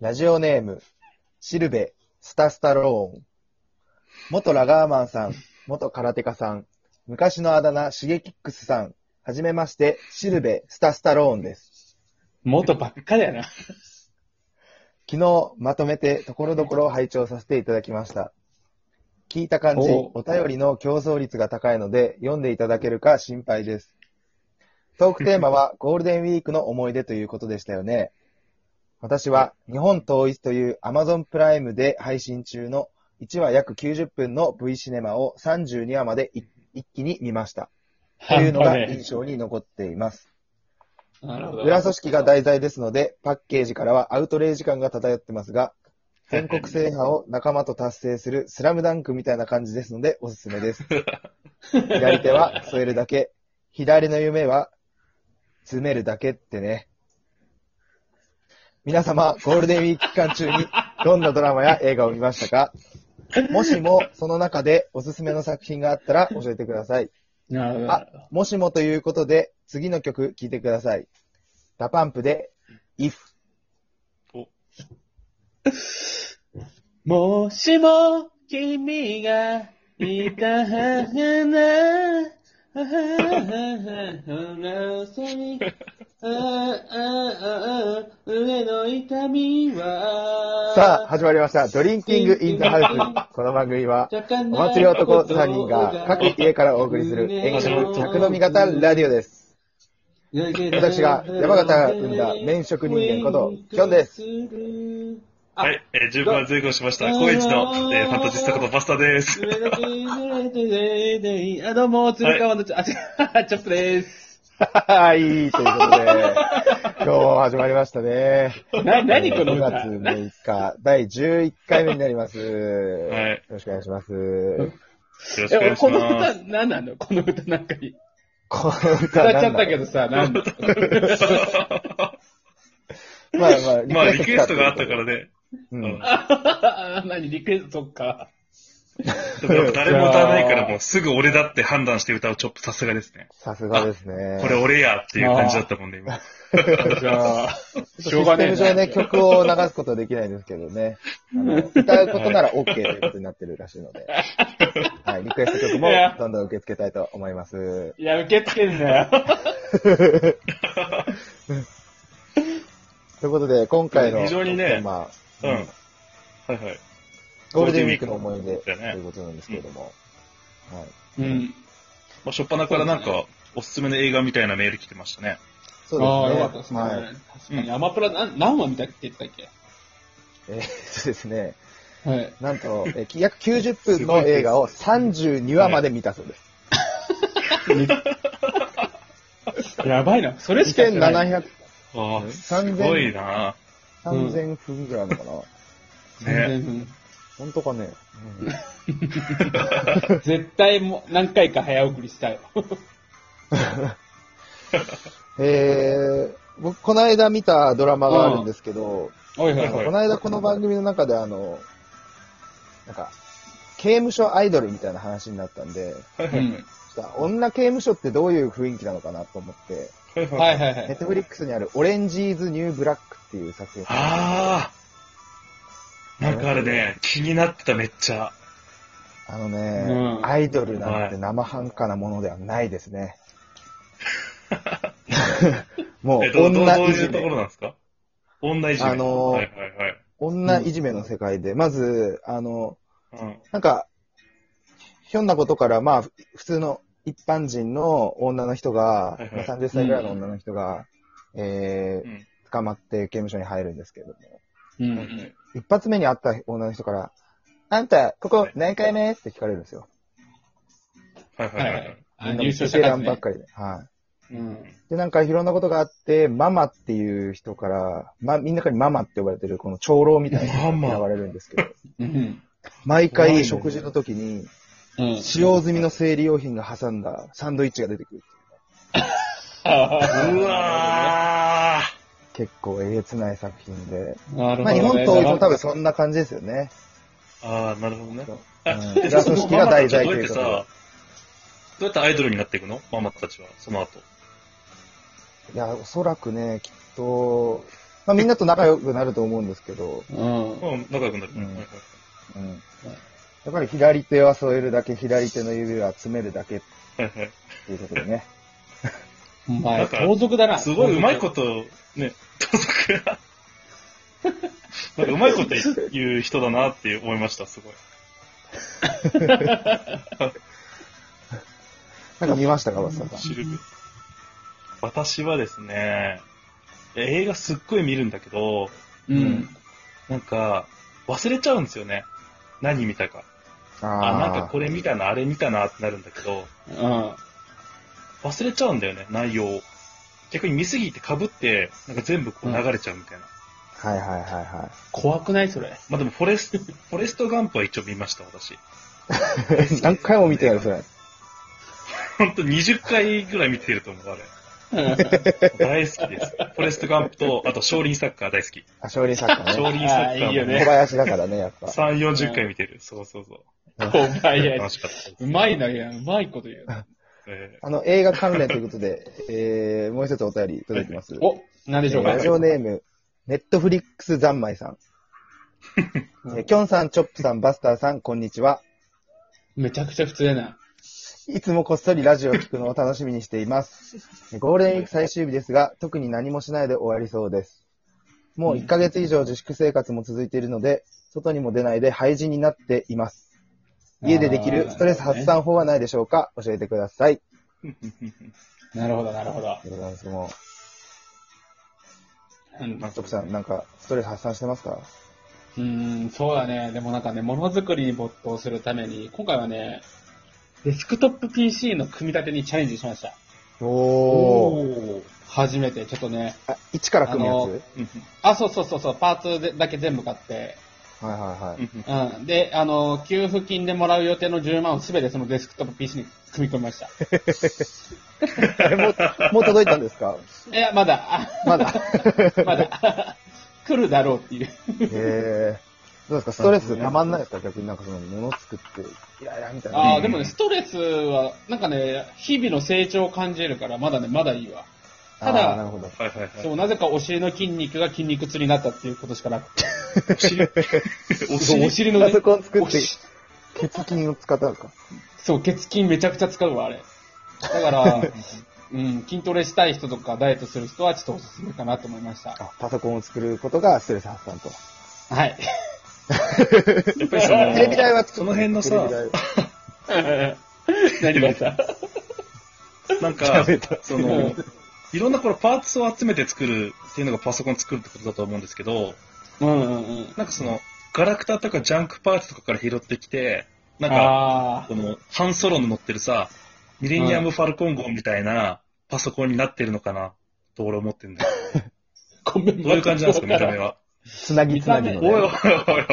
ラジオネーム、シルベ、スタスタローン。元ラガーマンさん、元空手家さん、昔のあだ名、シゲキックスさん、はじめまして、シルベ、スタスタローンです。元ばっかだよな。昨日、まとめて、ところどころ拝聴させていただきました。聞いた感じ、おうお便りの競争率が高いので、読んでいただけるか心配です。トークテーマ は、ゴールデンウィークの思い出ということでしたよね。私は、日本統一という Amazon プライムで配信中の1話約90分の V シネマを32話まで一一気に見ました。というのが半端ね印象に残っています。えなるほど。裏組織が題材ですので、パッケージからはアウトレイジ感が漂ってますが、全国制覇を仲間と達成するスラムダンクみたいな感じですので、おすすめです。左手は添えるだけ、左の夢は詰めるだけってね。皆様、ゴールデンウィーク期間中にどんなドラマや映画を見ましたかもしもその中でおすすめの作品があったら教えてください。なるほど。あもしもということで、次の曲聴いてください。ダパンプで、If。もしも、君が、いたはずな、あははは、そに、ああああ、胸の痛みは、さあ、始まりました。ドリンキングインザハウス。この番組は、おお祭り男3人が各家からお送りする演歌の客飲み型ラディオです。私が山形が生んだ麺食人間ことキョンです。あはい、えー、十分は前後しました。高一の、えー、ファンタジスタことバスターです。あ、どうも、鶴川のちょ、あ、違う、チョップです。はい、ということで、今日も始まりましたね。な、何この ?9 月歌。な6日、第11回目になります。はいよろしくお願いします。よろしえ、くお願俺いしこのま歌す。、何なのこの歌なんかに。この歌 な歌んっだちゃったけどさ、なんだまあまあ、まあ、リクエストがあったからね。うん。あ 何、リクエスト、そっか。でもやっぱ誰も歌わないから、もうすぐ俺だって判断して歌うチョップさすがですね。さすがですね。これ俺やっていう感じだったもんね、今。じゃ あ、しシょうスがテムねえ上な。ね、曲を流すことはできないんですけどね。あの歌うことなら OK ということになってるらしいので。はい、リクエスト曲もいやどんどん受け付けたいと思います。いや、受け付けんなよ。ということで、今回の非常にねテーマ、うん。うはんいはい。ゴールデンウィークの思い出とだねいうことなんですけれども。はい、うん。まあ、しょっぱなからなんか、おすすめの映画みたいなメール来てましたね。そうああ、よかったでですすね。ね。はい。確かに、アマプラ、なん何話見たって言ってたっえーそうですね。けはい。なんと、えー約90分の映画を32話まで見たそうです。やばいな。それしかやってない。 2700、ああ、す3000ごいな3000分ぐらいあるのかな。ね。ね。本当かね。うん絶対もう何回か早送りしたい。えー、僕、この間見たドラマがあるんですけど、 おいおいなんかおい。この間この番組の中であの、なんか、刑務所アイドルみたいな話になったんで、はいうはいんちょっと女刑務所ってどういう雰囲気なのかなと思って、はいはい。はいはいネはッい。トフリックスにあるオレンジーズ・ニュー・ブラックっていう作品。ああ、なんかあるね。気になってた、めっちゃ。あのね、うんアイドルなんて生半可なものではないですね。 もうえ、、どうどうど女ういいじうとこめ。ろなんですか女いじめ。あのーはいはいはい。女いじめの世界で、まず、あの、うんなんか、ひょんなことから、まあ、ふ普通の一般人の女の人が、はいはいまあ30歳ぐらいの女の人が、えーうん捕まって刑務所に入るんですけども、うんはいはい一発目に会った女の人から、あんた、ここ何回目って聞かれるんですよ。はいははいいははいい。。あ入賞したベテラからンばっね。かりで。はい。うん。で、なんかいろんなことがあって、ママっていう人から、ま、みんなからママって呼ばれてる、この長老みたいな人マにマ呼ばれるんですけど、うん。毎回食事の時に、うん。使用済みの生理用品が挟んだサンドイッチが出てくる。あうわ結構えげつない作品で。ーなるほどね。まあ、日本統一も多分そんな感じですよ ね。ーああ、なるほどね。うん、裏組織が題材ということどうやでってさ、どうやってアイドルになっていくのママたちは、その後。いや、おそらくね、きっと、まあ、みんなと仲良くなると思うんですけど、うん。うん、仲良くなる。うんはいはいうん、やっぱり左手は添えるだけ、左手の指は詰めるだけっはいはいていうことでね。お前、なんか盗賊だな。。すごいうまいことと、ね、盗賊 が。なんかうまいこと言う人だなって思いました、すごい。なんか見ましたか、バスさん。シルビ私はですね、映画すっごい見るんだけど、うん。なんか、忘れちゃうんですよね。何見たか。あ、なんかこれ見たな、あれ見たなってなるんだけど、うん。忘れちゃうんだよね、内容を逆に見すぎて被って、なんか全部こう流れちゃうみたいな。はいはいはいは怖くないそれ。まあでも、フォレスト、フォレストガンプは一応見ました、私。い。 何回も見てやる、それ。ほんと20回ぐらい見てると思う、あれ。うん大好きです。フォレストガンプと、あと少林サッカー大好き。あ、少林サッカー少ね。林サッカーあもいいよ小ね林だからね、やっぱ。 3、40回見てる。そうそうそう。小楽林。しかったです。うまいな、いや、うまいこと言う。えあの、映画関連ということで、えー、もう一つお便り届いてます。お、なんでしょうかラジオネーム、ネットフリックス三昧さん。えーキョンさん、チョップさん、バスターさん、こんにちは。めちゃくちゃ普通やな。いつもこっそりラジオを聞くのを楽しみにしています。ゴールデンウィーク最終日ですが、特に何もしないで終わりそうです。もう1ヶ月以上自粛生活も続いているので、外にも出ないで廃人になっています。家でできるストレス発散法はないでしょうか教えてください。 なるほど、なるほど。ということなんですけども、うんチョップさん、なんか、ストレス発散してますかうーん、そうだね。でもなんかね、ものづくりに没頭するために、今回はね、デスクトップ PC の組み立てにチャレンジしました。おー。ー。初めて、ちょっとね、あ、1から組むやつあ、そうそうそうそう、パーツでだけ全部買って、はいはいはい。うん。で、あの、給付金でもらう予定の10万をすべてそのデスクトップ PC に組み込みました。あれもう、もう届いたんですかいや、まだ、あまだ。 まだ、来るだろうっ ていう。へえ。どうですかストレスたまんないですか逆になんかその、もの作って、イライラみたいな。ああ、でもね、ストレスは、なんかね、日々の成長を感じるから、まだね、まだいいわ。たあーなだ、るほど。はいはいはい。そう、なぜかお尻の筋肉が筋肉痛になったっていうことしかなくて。お 尻、お尻お尻のパねソ、コン作おって、し血筋を使ったのか。そう、血筋めちゃくちゃ使うわ、あれ。だ から、うん、筋トレしたい人とか、ダイエットする人は、ちょっとおすすめかなと思いました。あ、パソコンを作ることがストレス発散と。はい。 やっぱり そテレビ台の、は作っその辺のさテレビ台何がさ、 なんダかメだ、その、いろんなこれパーツを集めて作るっていうのがパソコン作るってことだと思うんですけど、うんうんうん。なんかその、ガラクタとかジャンクパーツとかから拾ってきて、なんか、あこの、ハンソロの乗ってるさ、ミレニアム・ファルコン号みたいなパソコンになってるのかな、と俺思ってんだよ。あ、ごめんどういう感じなんですか、見た目は。つなぎつなぎの おいおいおね。い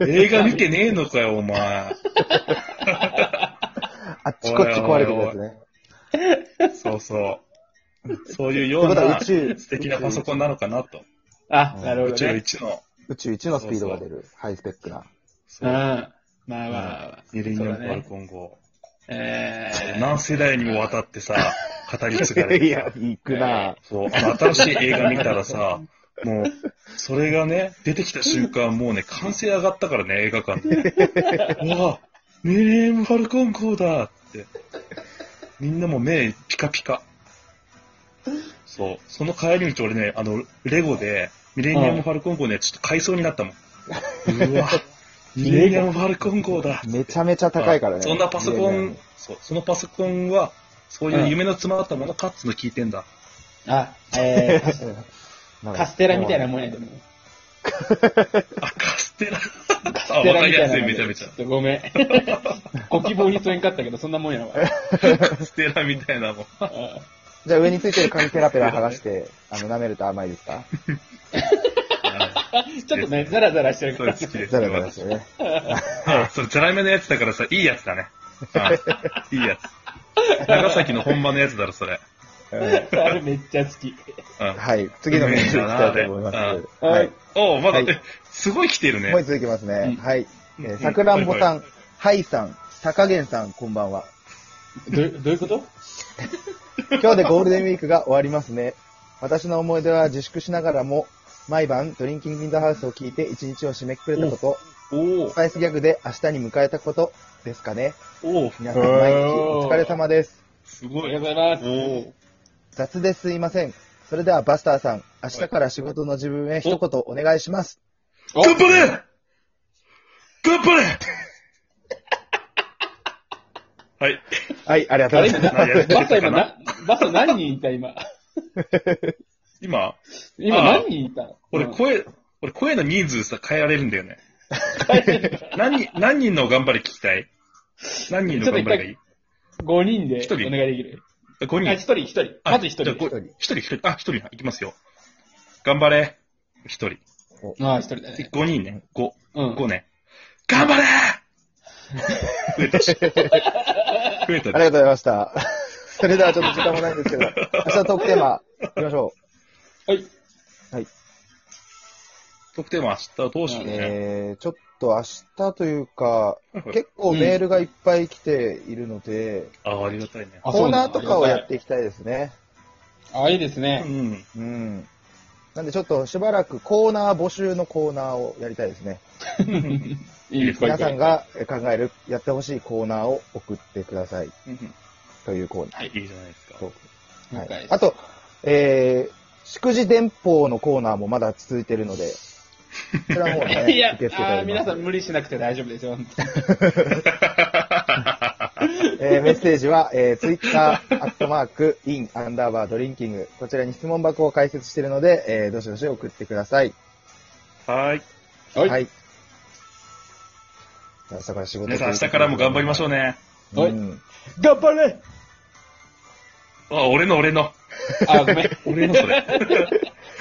おいおい。 映画見てねえのかよ、お前。あっちこっち壊れてるやつね。そうそう。そういうといよううことはな宇宙、素敵なパソコンなのかなと。あ、なる宇ほど、宙ね。一の宇宙一のスピードが出る。ハイスペックな。うん。まあまあまあ。ミレニアム・そうフだねァルコン号。えー、何世代にもわたってさ、 語り継がれいてやさ、。行くなそう、あの、新しい映画見た らさ、もう、それがね、出てきた瞬間、もうね、歓声上がったからね、映画館で。 うわミレーム・ファルコン号だって。みんなもう目、ピカピカ。そう、その帰り道俺ね、あの、レゴで、ミレニアム・ファルコン号ね、ちょっと買いそうになったもん。う わミレニアム・ファルコン号だ。めちゃめちゃ高いからね。そんなパソコねン、そう、そのパソコンは、そういう夢の詰まったものかっつうの聞いてんだ。あ、ええねー、なんか カステラみたいなもんやでも。あ、カステ ラ。カスカステわラかりみたやいなすい、もんめやちゃでめちゃ。ょっと ごめん。ご希望に添えんかったけど、そんなもんやわ。カステラみたいなもん。じゃあ上についてる紙ペラペラ剥がして、あの、舐めると甘いですかちょっとね、ザラザラしてるそかれら。好きです。ザラザラしてね。あ、それザラメのやつだからさ、いいやつだね。あいいや つ。長崎の本場のやつだろ、それ。うんあれめっちゃ好き。うんはい。次のメールに行きたいと思います。うんはい。おうまだ、はいえすごい来てるね。もう一ついきますうんね。はい。えうーんさくらんぼさはん、はいさん、さかげんさん、こんばんは。どうどういうこと今日でゴールデンウィークが終わりますね。私の思い出は自粛しながらも、毎晩ドリンキングインザハウスを聞いて一日を締めくくれたこと、おおスパイスギャグで明日に迎えたことですかね。おお皆さん毎日お疲れ様です。すごあい。りがおとうございます。お雑ですいません。それではバスターさん、明日から仕事の自分へ一言お願いします。お頑張れ頑張 れはい。はい、ありがとあうごれざいま今す。何やれてるバスタか今なな、バスタ何人いた今。今、今ああ何人いた俺うん声、俺声の人数さ変えられるんだよね。何人、何人の頑張り聞きたい何人の頑張りがいい5人で一人お願いできる。 ?5 あ、人一。人、一人。あまず一じゃ人あ。ご一人一人、一人。あ、一人。いきますよ。頑張れ。一人。ああ、一人だね。 5人ね。5。うん。 5ね。頑張れ 増えたし。増えたありがとうございました。それではちょっと時間もないん ですけど、明日のトークテーマ、行きましょはい。特典は明日どうしよう。うね。えー、ちょっと明日というか、はい結構メールがいっぱい来ているので、ああ、ありがたいね。あ。コーナーとかをやってていきたいですね。あ、いいですうね。ん。うん。なんでちょっとしばらくコーナー募集のコーナーをやりたいですね。いいです皆さんが考える、やってほしいコーナーを送ってくださいというコーナはい、いいじゃないですか。ー。了は解いで、すあと、えー、祝辞電報のコーナーもまだ続いてるの で、それはもうね、いや、あ受け付けておりまーす皆さん無理しなくて大丈夫ですよ。本当にえーメッセージは、えー、ツイッター、アットマーク、イン、アンダーバー、ドリンキング。こちらに質問箱を開設しているので、えー、どしどし送ってください。はーい。はいはい。じゃあ明日から仕事皆さん、明日からも頑張りましょうね。ね。はいうん頑張れあ、俺の、俺の。あ、ごめん。俺の、それ。